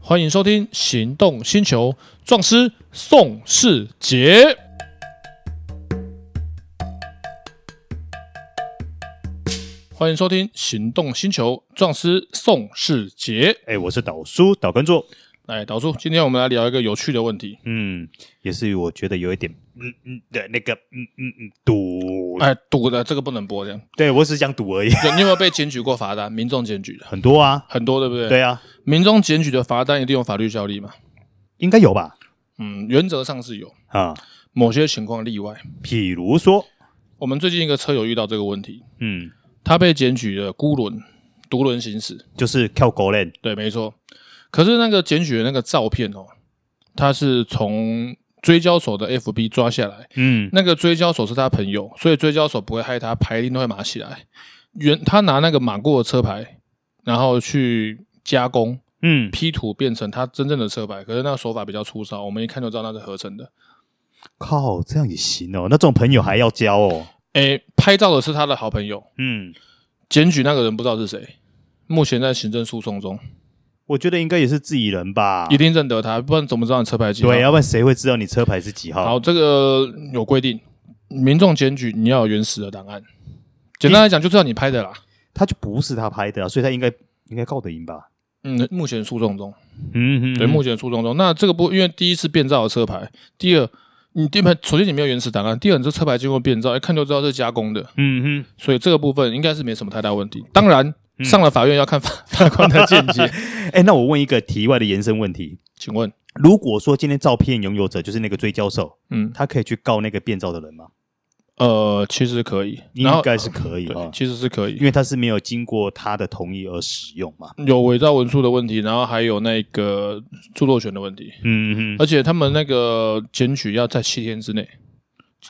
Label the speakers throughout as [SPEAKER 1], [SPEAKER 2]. [SPEAKER 1] 欢迎收听《行动星球》，壮师宋世杰。欢迎收听《行动星球》，壮师宋世杰。
[SPEAKER 2] 哎、我是导叔导根座，
[SPEAKER 1] 来，导叔，今天我们来聊一个有趣的问题。
[SPEAKER 2] 嗯，也是我觉得有一点，嗯嗯的那个，嗯嗯嗯，赌，
[SPEAKER 1] 哎，赌的这个不能播，这样。
[SPEAKER 2] 对我只是讲赌而已，
[SPEAKER 1] 有你有没有被检举过罚单？民众检举的
[SPEAKER 2] 很多啊，
[SPEAKER 1] 很多，对不对？。
[SPEAKER 2] 对啊，
[SPEAKER 1] 民众检举的罚单一定有法律效力嘛？
[SPEAKER 2] 应该有吧？
[SPEAKER 1] 嗯，原则上是有，
[SPEAKER 2] 啊、
[SPEAKER 1] 某些情况例外。
[SPEAKER 2] 譬如说，
[SPEAKER 1] 我们最近一个车友遇到这个问题，
[SPEAKER 2] 嗯，
[SPEAKER 1] 他被检举了孤轮、独轮行驶，
[SPEAKER 2] 就是跳狗链，
[SPEAKER 1] 对，没错。可是那个检举的那个照片哦，他是从追交所的 FB 抓下来，
[SPEAKER 2] 嗯，
[SPEAKER 1] 那个追交手是他朋友，所以追交手不会害他，牌一定都会码起来。原他拿那个码过的车牌，然后去加工
[SPEAKER 2] 嗯，
[SPEAKER 1] P 图变成他真正的车牌，可是那个手法比较粗糙，我们一看就知道那是合成的。
[SPEAKER 2] 靠，这样也行哦，那这种朋友还要交哦，
[SPEAKER 1] 诶，拍照的是他的好朋友，
[SPEAKER 2] 嗯，
[SPEAKER 1] 检举那个人不知道是谁，目前在行政诉讼中，
[SPEAKER 2] 我觉得应该也是自己人吧
[SPEAKER 1] 一，定认得他，不然怎么知道你车牌几号？
[SPEAKER 2] 对，要不然谁会知道你车牌是几号？
[SPEAKER 1] 好，这个有规定，民众检举你要有原始的档案。简单来讲，就知道你拍的啦。
[SPEAKER 2] 他就不是他拍的啊，所以他应该应该告得赢吧？
[SPEAKER 1] 嗯，目前诉讼中，
[SPEAKER 2] 嗯嗯，
[SPEAKER 1] 对，目前诉讼中。那这个不，因为第一是变造的车牌，第二，你第一牌首先你没有原始档案，第二你这车牌经过变造，哎一看就知道是加工的，
[SPEAKER 2] 嗯嗯，
[SPEAKER 1] 所以这个部分应该是没什么太大问题。当然，
[SPEAKER 2] 嗯
[SPEAKER 1] 上了法院要看法 法官的见解。
[SPEAKER 2] 哎、那我问一个题外的延伸问题，
[SPEAKER 1] 请问，
[SPEAKER 2] 如果说今天照片拥有者就是那个追焦手，
[SPEAKER 1] 嗯，
[SPEAKER 2] 他可以去告那个变造的人吗？
[SPEAKER 1] 呃，其实可以，
[SPEAKER 2] 应
[SPEAKER 1] 然后哦
[SPEAKER 2] 该是可以
[SPEAKER 1] 对，
[SPEAKER 2] 啊，
[SPEAKER 1] 其实是可以
[SPEAKER 2] 因。为他是没有经过他的同意而使用嘛。
[SPEAKER 1] 有伪造文书的问题，然后还有那个著作权的问题。
[SPEAKER 2] 嗯嗯，
[SPEAKER 1] 而且他们那个检举要在七天之内，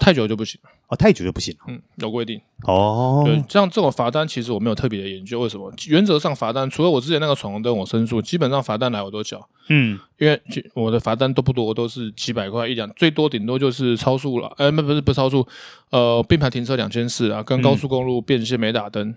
[SPEAKER 1] 太久就不行。
[SPEAKER 2] 哦，太久就不行了。
[SPEAKER 1] 嗯，有规定。
[SPEAKER 2] 哦，
[SPEAKER 1] 对，像这种罚单，其实我没有特别的研究。为什么？原则上罚单，除了我之前那个闯红灯我申诉，基本上罚单来我都缴，
[SPEAKER 2] 嗯，
[SPEAKER 1] 因为其我的罚单都不多，都是几百块一两，最多顶多就是超速了，呃，不不是不是超速，呃，并排停车两千四啊，跟高速公路变线没打灯。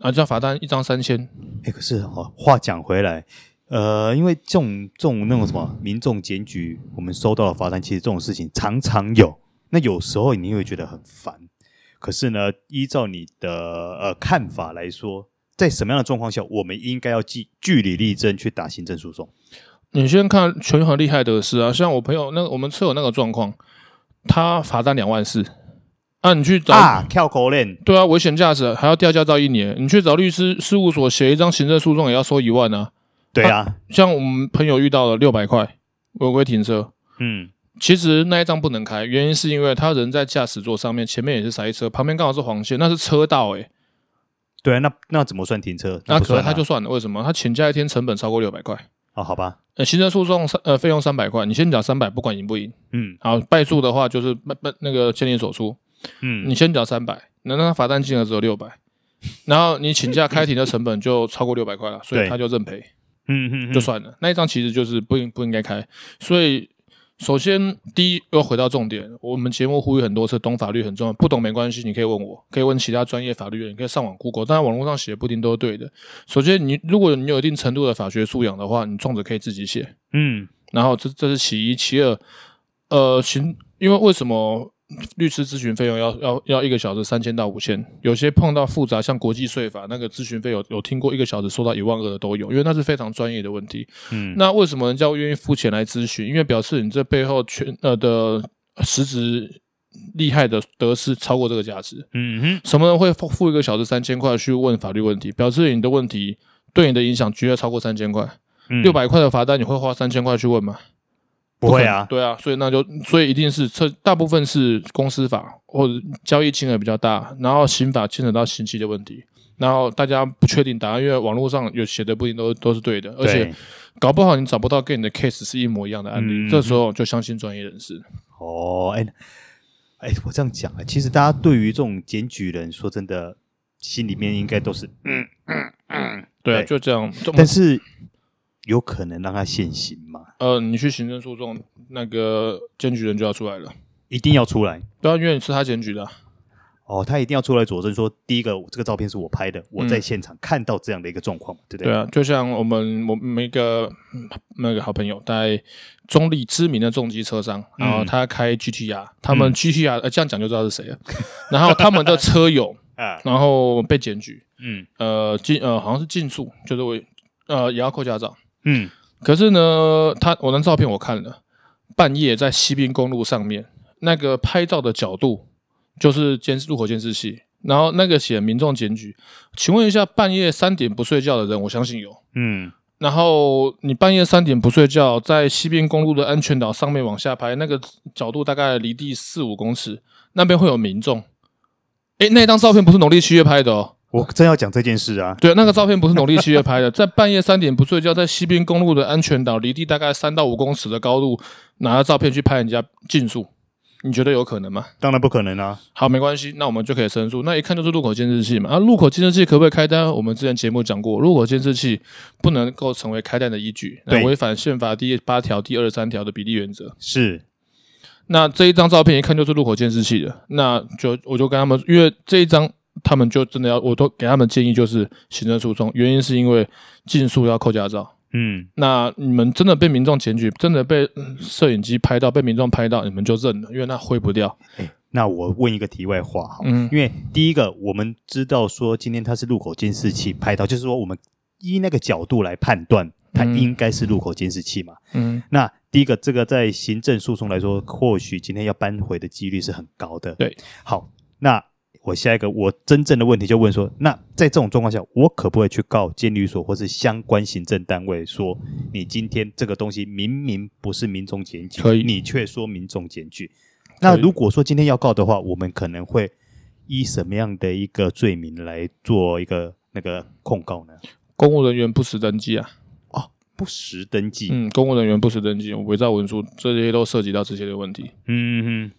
[SPEAKER 1] 啊，这样罚单一张三千，
[SPEAKER 2] 哎、可是哦，话讲回来，呃，因为这种这种那种什么民众检举，我们收到的罚单，其实这种事情常常有。那有时候你会觉得很烦，可是呢，依照你的呃看法来说，在什么样的状况下，我们应该要据据理力争去打行政诉讼？
[SPEAKER 1] 你先看拳很厉害的是啊，像我朋友那个我们车友那个状况，他罚单两万四，啊，你去找、
[SPEAKER 2] 啊，跳狗链，
[SPEAKER 1] 对啊，危险驾驶还要吊驾照一年，你去找律师事务所写一张行政诉讼也要收一万啊。
[SPEAKER 2] 对啊，
[SPEAKER 1] 像我们朋友遇到了六百块违规停车，
[SPEAKER 2] 嗯
[SPEAKER 1] 其实那一张不能开，原因是因为他人在驾驶座上面，前面也是塞车，旁边刚好是黄线，那是车道诶、欸，，
[SPEAKER 2] 对啊，那那怎么算停车？
[SPEAKER 1] 那
[SPEAKER 2] 不
[SPEAKER 1] 可能
[SPEAKER 2] 算啊
[SPEAKER 1] 他就算了，为什么？他请假一天成本超过六百块，
[SPEAKER 2] 哦，好吧，
[SPEAKER 1] 呃，行政诉讼三呃费用三百块，你先缴三百，不管赢不赢。
[SPEAKER 2] 嗯
[SPEAKER 1] 好，败诉的话就是败败那个千里所出，
[SPEAKER 2] 嗯
[SPEAKER 1] 你先缴三百，那那罚单金额只有六百，然后你请假开庭的成本就超过六百块了，所以
[SPEAKER 2] 对
[SPEAKER 1] 他就认赔
[SPEAKER 2] 嗯嗯，
[SPEAKER 1] 就算了。那一张其实就是不应不应该开，所以首先第一要回到重点，我们节目呼吁很多次，懂法律很重要，不懂没关系，你可以问我，可以问其他专业法律人，你可以上网 Google，当然网络上写的不一定都是对的。首先你如果你有一定程度的法学素养的话，你重者可以自己写，
[SPEAKER 2] 嗯
[SPEAKER 1] 然后这这是其一，其二，呃，行，因为为什么律师咨询费用要要要一个小时三千到五千？有些碰到复杂，像国际税法那个咨询费有有听过一个小时收到一万二的都有，因为那是非常专业的问题。
[SPEAKER 2] 嗯，
[SPEAKER 1] 那为什么人家愿意付钱来咨询？因为表示你这背后全呃的实质厉害的得失超过这个价值。
[SPEAKER 2] 嗯哼，
[SPEAKER 1] 什么人会付付一个小时三千块去问法律问题？表示你的问题对你的影响绝对超过三千块。
[SPEAKER 2] 嗯
[SPEAKER 1] 六百块的罚单，你会花三千块去问吗？
[SPEAKER 2] 不会啊，
[SPEAKER 1] 对啊，所以那就所以一定是这大部分是公司法或者交易金额比较大，然后刑法牵扯到刑期的问题，然后大家不确定答案，因为网络上有写的不一定都都是对的，而且
[SPEAKER 2] 对
[SPEAKER 1] 搞不好你找不到跟你的 case 是一模一样的案例，
[SPEAKER 2] 嗯
[SPEAKER 1] 这时候就相信专业人士。
[SPEAKER 2] 哦，哎哎，我这样讲啊，其实大家对于这种检举人，说真的，心里面应该都是，
[SPEAKER 1] 嗯对啊，
[SPEAKER 2] 对
[SPEAKER 1] 就这样。这么
[SPEAKER 2] 但是有可能让他现行嘛，
[SPEAKER 1] 呃，你去行政诉讼，那个检举人就要出来了，
[SPEAKER 2] 一定要出来
[SPEAKER 1] 对啊，因为是他检举的啊、
[SPEAKER 2] 哦，他一定要出来佐证说，第一个这个照片是我拍的，我在
[SPEAKER 1] 嗯
[SPEAKER 2] 现场看到这样的一个状况嘛，对不对？
[SPEAKER 1] 对啊，就像我们我们一个嗯那个好朋友在中立知名的重机车商，然后他开 GTR，他们 GTR 呃这样讲就知道是谁了， 然后他们的车友，
[SPEAKER 2] 啊，
[SPEAKER 1] 然后被检举，
[SPEAKER 2] 嗯
[SPEAKER 1] 呃禁呃好像是禁速，就是我呃也要扣驾照，
[SPEAKER 2] 嗯，
[SPEAKER 1] 可是呢，他我那照片我看了，半夜在西滨公路上面，那个拍照的角度就是监视路口监视器，然后那个写民众检举，请问一下，半夜三点不睡觉的人，我相信有。
[SPEAKER 2] 嗯，
[SPEAKER 1] 然后你半夜三点不睡觉，在西边公路的安全岛上面往下拍，那个角度大概离地四五公尺，那边会有民众。诶，那张照片不是农历七月拍的哦，
[SPEAKER 2] 我正要讲这件事啊，
[SPEAKER 1] 对，那个照片不是农历七月拍的，在半夜三点不睡觉，在西边公路的安全岛，离地大概三到五公尺的高度，拿着照片去拍人家竞速，你觉得有可能吗？
[SPEAKER 2] 当然不可能啊，
[SPEAKER 1] 好，没关系，那我们就可以申诉。那一看就是路口监视器嘛。啊，路口监视器可不可以开单？我们之前节目讲过，路口监视器不能够成为开单的依据，那
[SPEAKER 2] 对
[SPEAKER 1] 违反宪法第八条、第二十三条的比例原则。
[SPEAKER 2] 是，
[SPEAKER 1] 那这一张照片一看就是路口监视器的，那就我就跟他们，因为这一张他们就真的要，我都给他们建议就是行政诉讼，原因是因为竞速要扣驾照。
[SPEAKER 2] 嗯，
[SPEAKER 1] 那你们真的被民众检举，真的被嗯摄影机拍到，被民众拍到，你们就认了，因为那挥不掉。
[SPEAKER 2] 那我问一个题外话哈，
[SPEAKER 1] 嗯
[SPEAKER 2] 因为第一个我们知道说今天它是路口监视器拍到，就是说我们依那个角度来判断，它
[SPEAKER 1] 嗯
[SPEAKER 2] 应该是路口监视器嘛。
[SPEAKER 1] 嗯，
[SPEAKER 2] 那第一个，这个在行政诉讼来说，或许今天要扳回的几率是很高的。
[SPEAKER 1] 对，
[SPEAKER 2] 好，那我下一个我真正的问题就问说，那在这种状况下，我可不可以去告监律所或是相关行政单位说，你今天这个东西明明不是民众检举，
[SPEAKER 1] 可以
[SPEAKER 2] 你却说民众检举？那如果说今天要告的话，我们可能会依什么样的一个罪名来做一个那个控告呢？
[SPEAKER 1] 公务人员不实登记啊。
[SPEAKER 2] 不实登记。
[SPEAKER 1] 嗯，公务人员不实登记、伪造文书，这些都涉及到这些的问题。
[SPEAKER 2] 嗯，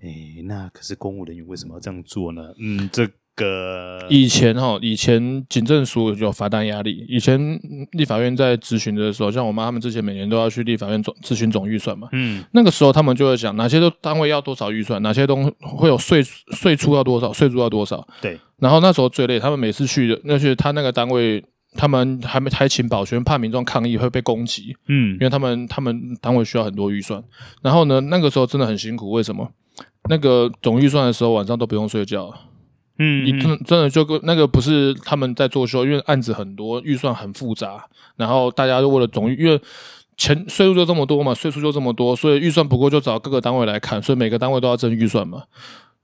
[SPEAKER 2] 诶，那可是公务人员为什么要这样做呢？嗯，这个
[SPEAKER 1] 以前哈，以前警政署有罚单压力，以前嗯立法院在咨询的时候，像我妈他们之前每年都要去立法院总咨询总预算嘛，
[SPEAKER 2] 嗯
[SPEAKER 1] 那个时候他们就会讲哪些都单位要多少预算，哪些东会有税税出要多少，税出要多少。
[SPEAKER 2] 对，
[SPEAKER 1] 然后那时候最累，他们每次去的那些他那个单位。他们还没还请保全，怕民众抗议会被攻击，
[SPEAKER 2] 嗯
[SPEAKER 1] 因为他们他们单位需要很多预算。然后呢，那个时候真的很辛苦，为什么？那个总预算的时候，晚上都不用睡觉，
[SPEAKER 2] 嗯
[SPEAKER 1] 你真的真的就跟那个不是他们在作秀，因为案子很多，预算很复杂，然后大家就为了总预因为钱税入就这么多嘛，税出就这么多，所以预算不够就找各个单位来看，所以每个单位都要争预算嘛。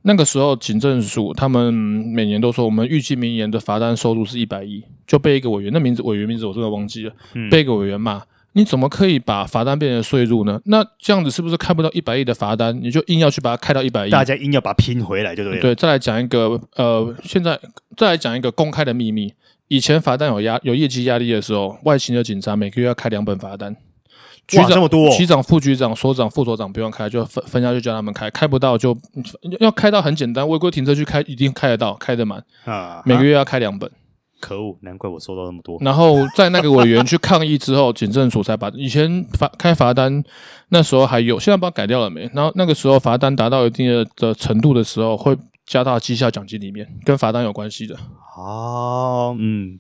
[SPEAKER 1] 那个时候，警政署他们每年都说，我们预计明年的罚单收入是一百亿，就被一个委员，那名字委员名字我真的忘记了，
[SPEAKER 2] 嗯
[SPEAKER 1] 被一个委员骂，你怎么可以把罚单变成税入呢？那这样子是不是开不到一百亿的罚单，你就硬要去把它开到一百亿？
[SPEAKER 2] 大家硬要把它拼回来就对了。
[SPEAKER 1] 对，再来讲一个呃，现在再来讲一个公开的秘密。以前罚单有压有业绩压力的时候，外勤的警察每个月要开两本罚单，局
[SPEAKER 2] 哇
[SPEAKER 1] 长
[SPEAKER 2] 这么多哦
[SPEAKER 1] 局长、副局长、所长、副所长不用开，就分分下去叫他们开，开不到就嗯要开到很简单，违规停车区开一定开得到，开得满，
[SPEAKER 2] 啊，
[SPEAKER 1] 每个
[SPEAKER 2] 啊
[SPEAKER 1] 月要开两本。
[SPEAKER 2] 可恶，难怪我收到那么多。
[SPEAKER 1] 然后在那个委员去抗议之后，警政署才把以前罚开罚单，那时候还有，现在不知道改掉了没。然后那个时候罚单达到一定的的程度的时候，会加到绩效奖金里面，跟罚单有关系的。
[SPEAKER 2] 哦，嗯，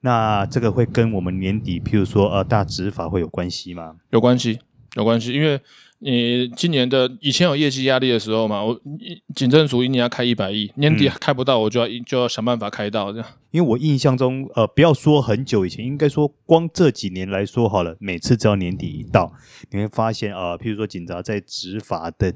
[SPEAKER 2] 那这个会跟我们年底，譬如说呃大执法会有关系吗？
[SPEAKER 1] 有关系，有关系，因为你今年的以前有业绩压力的时候嘛，我一警政署一年要开一百亿，年底开不到，我就要一就要想办法开到这样。
[SPEAKER 2] 因为我印象中，呃，不要说很久以前，应该说光这几年来说好了，每次只要年底一到，你会发现，呃，譬如说警察在执法的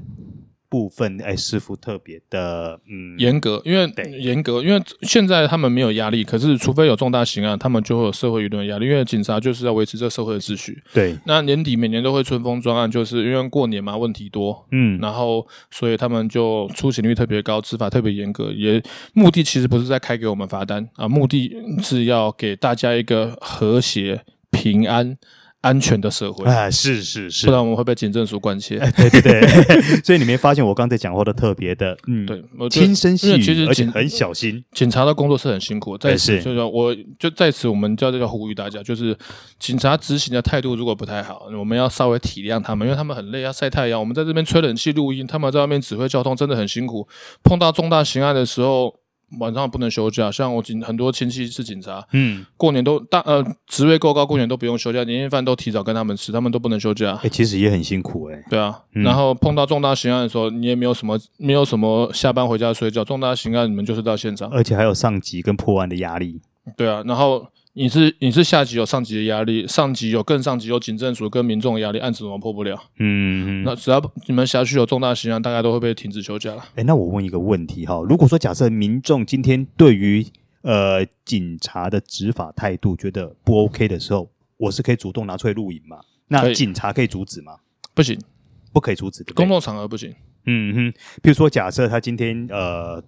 [SPEAKER 2] 部分，哎，似乎特别的，嗯，
[SPEAKER 1] 严格，因为
[SPEAKER 2] 对
[SPEAKER 1] 严格，因为现在他们没有压力，可是除非有重大刑案，他们就会有社会舆论的压力，因为警察就是要维持这社会的秩序。
[SPEAKER 2] 对，
[SPEAKER 1] 那年底每年都会春风专案，就是因为过年嘛，问题多，
[SPEAKER 2] 嗯，
[SPEAKER 1] 然后所以他们就出勤率特别高，执法特别严格，也目的其实不是在开给我们罚单啊，目的是要给大家一个和谐、平安、安全的社会，
[SPEAKER 2] 哎， 是是是哎
[SPEAKER 1] 不，然我们会被警政署关切。
[SPEAKER 2] 对对对，所以你没发现我刚才讲话都特别的，嗯，
[SPEAKER 1] 对，我觉得
[SPEAKER 2] 轻声细
[SPEAKER 1] 因为其
[SPEAKER 2] 语，
[SPEAKER 1] 实
[SPEAKER 2] 而且
[SPEAKER 1] 警
[SPEAKER 2] 很小心。
[SPEAKER 1] 警察的工作是很辛苦，在
[SPEAKER 2] 哎
[SPEAKER 1] 此
[SPEAKER 2] 是
[SPEAKER 1] 就是说我就在此我们就要要呼吁大家，就是警察执行的态度如果不太好，我们要稍微体谅他们，因为他们很累，要晒太阳。我们在这边吹冷气录音，他们在外面指挥交通真的很辛苦。碰到重大刑案的时候，晚上不能休假。像我警很多亲戚是警察，
[SPEAKER 2] 嗯，
[SPEAKER 1] 过年都大呃职位够高，过年都不用休假，年夜饭都提早跟他们吃，他们都不能休假
[SPEAKER 2] 哎、。其实也很辛苦哎、
[SPEAKER 1] 对啊，然后碰到重大刑案的时候，你也没有什么没有什么下班回家睡觉，重大刑案你们就是到现场。
[SPEAKER 2] 而且还有上级跟破案的压力。
[SPEAKER 1] 对啊，然后你是你是下级有上级的压力，上级有更上级有警政署跟民众的压力，案子怎么破不了？
[SPEAKER 2] 嗯，
[SPEAKER 1] 那只要你们辖区有重大刑案，大概都会被停止休假了。
[SPEAKER 2] 哎，那我问一个问题哈，如果说假设民众今天对于呃警察的执法态度觉得不 OK 的时候，我是可以主动拿出来录影嘛？
[SPEAKER 1] 可
[SPEAKER 2] 那
[SPEAKER 1] 以
[SPEAKER 2] 警察可以阻止吗？
[SPEAKER 1] 不行，
[SPEAKER 2] 不可以阻止的。对不对
[SPEAKER 1] 公众场合不行。
[SPEAKER 2] 嗯哼，比如说假设他今天呃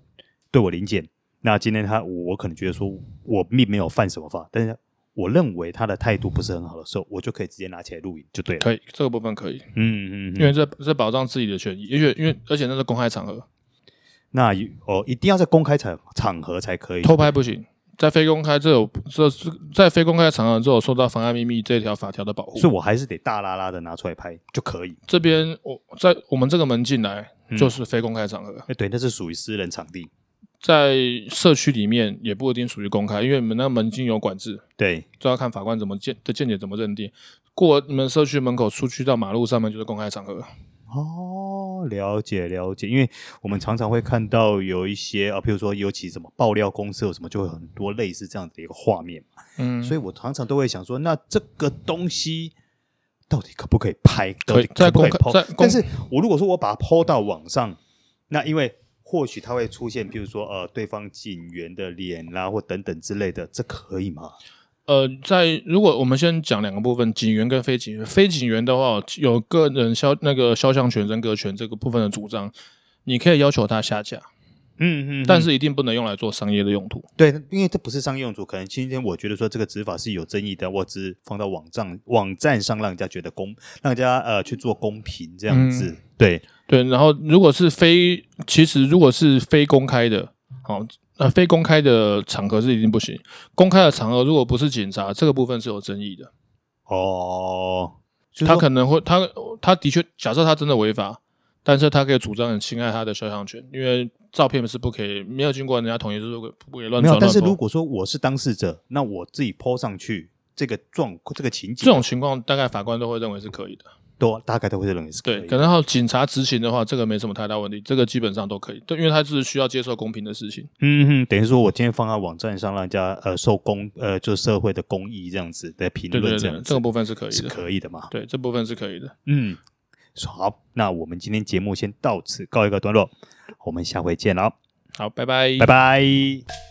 [SPEAKER 2] 对我临检，那今天他我可能觉得说我并没有犯什么法，但是我认为他的态度不是很好的时候，我就可以直接拿起来录影就对了。
[SPEAKER 1] 可以，这个部分可以，
[SPEAKER 2] 嗯嗯
[SPEAKER 1] 因为
[SPEAKER 2] 嗯，
[SPEAKER 1] 这这保障自己的权益，因为因为而且那是公开场合，
[SPEAKER 2] 那哦一定要在公开场场合才可以。
[SPEAKER 1] 偷拍不行，在非公开这有这是在非公开场合这有受到妨碍秘密这条法条的保护。
[SPEAKER 2] 所以我还是得大拉拉的拿出来拍就可以。
[SPEAKER 1] 这边我在我们这个门进来
[SPEAKER 2] 嗯
[SPEAKER 1] 就是非公开场合，
[SPEAKER 2] 哎，对，那是属于私人场地。
[SPEAKER 1] 在社区里面也不一定属于公开，因为你们那门禁有管制。
[SPEAKER 2] 对，
[SPEAKER 1] 就要看法官怎么见的见解怎么认定。过你们社区门口出去到马路上面就是公开场合，
[SPEAKER 2] 哦，了解了解，因为我们常常会看到有一些啊，譬如说尤其什么爆料公社什么，就会很多类似这样的一个画面嘛。
[SPEAKER 1] 嗯，
[SPEAKER 2] 所以我常常都会想说，那这个东西到底可不可以拍？到底
[SPEAKER 1] 以在
[SPEAKER 2] 不可以
[SPEAKER 1] 公开
[SPEAKER 2] po？
[SPEAKER 1] 在公
[SPEAKER 2] 但是我如果说我把它抛到网上，那因为或许它会出现，譬如说呃，对方警员的脸啦、或等等之类的，这可以吗？
[SPEAKER 1] 呃，在如果我们先讲两个部分，警员跟非警员。非警员的话，有个人肖那个肖像权、人格权这个部分的主张，你可以要求他下架，
[SPEAKER 2] 嗯嗯
[SPEAKER 1] 但是一定不能用来做商业的用途。
[SPEAKER 2] 对，因为这不是商业用途，可能今天我觉得说这个执法是有争议的，我只放到网站网站上，让人家觉得公，让人家呃去做公平这样
[SPEAKER 1] 嗯
[SPEAKER 2] 子。对，
[SPEAKER 1] 对，然后如果是非，其实如果是非公开的，好、呃，非公开的场合是一定不行。公开的场合如果不是警察，这个部分是有争议的。
[SPEAKER 2] 哦，就是
[SPEAKER 1] 他
[SPEAKER 2] 说
[SPEAKER 1] 可能会，他他的确，假设他真的违法，但是他可以主张很侵害他的肖像权，因为照片是不可以没有经过人家同意是不可不可以乱
[SPEAKER 2] 没
[SPEAKER 1] 传乱
[SPEAKER 2] 有，但是
[SPEAKER 1] 播
[SPEAKER 2] 如果说我是当事者，那我自己 PO 上去这个状这个情景，
[SPEAKER 1] 这种情况，大概法官都会认为是可以的。
[SPEAKER 2] 都大概都会认为是可
[SPEAKER 1] 对，
[SPEAKER 2] 以
[SPEAKER 1] 可
[SPEAKER 2] 的。
[SPEAKER 1] 能还有警察执行的话，这个没什么太大问题，这个基本上都可以。对，因为他是需要接受公平的事情。
[SPEAKER 2] 嗯哼，等于说我今天放在网站上，让人家呃受公呃就是社会的公益这样子的评
[SPEAKER 1] 对
[SPEAKER 2] 论
[SPEAKER 1] 对
[SPEAKER 2] 这
[SPEAKER 1] 对，
[SPEAKER 2] 样
[SPEAKER 1] 这
[SPEAKER 2] 子
[SPEAKER 1] 个部分是可以
[SPEAKER 2] 是
[SPEAKER 1] 的。
[SPEAKER 2] 可以的嘛？
[SPEAKER 1] 对，这部分是可以的。
[SPEAKER 2] 嗯，好，那我们今天节目先到此告一个段落，我们下回见了，哦
[SPEAKER 1] 好，拜拜，
[SPEAKER 2] 拜拜。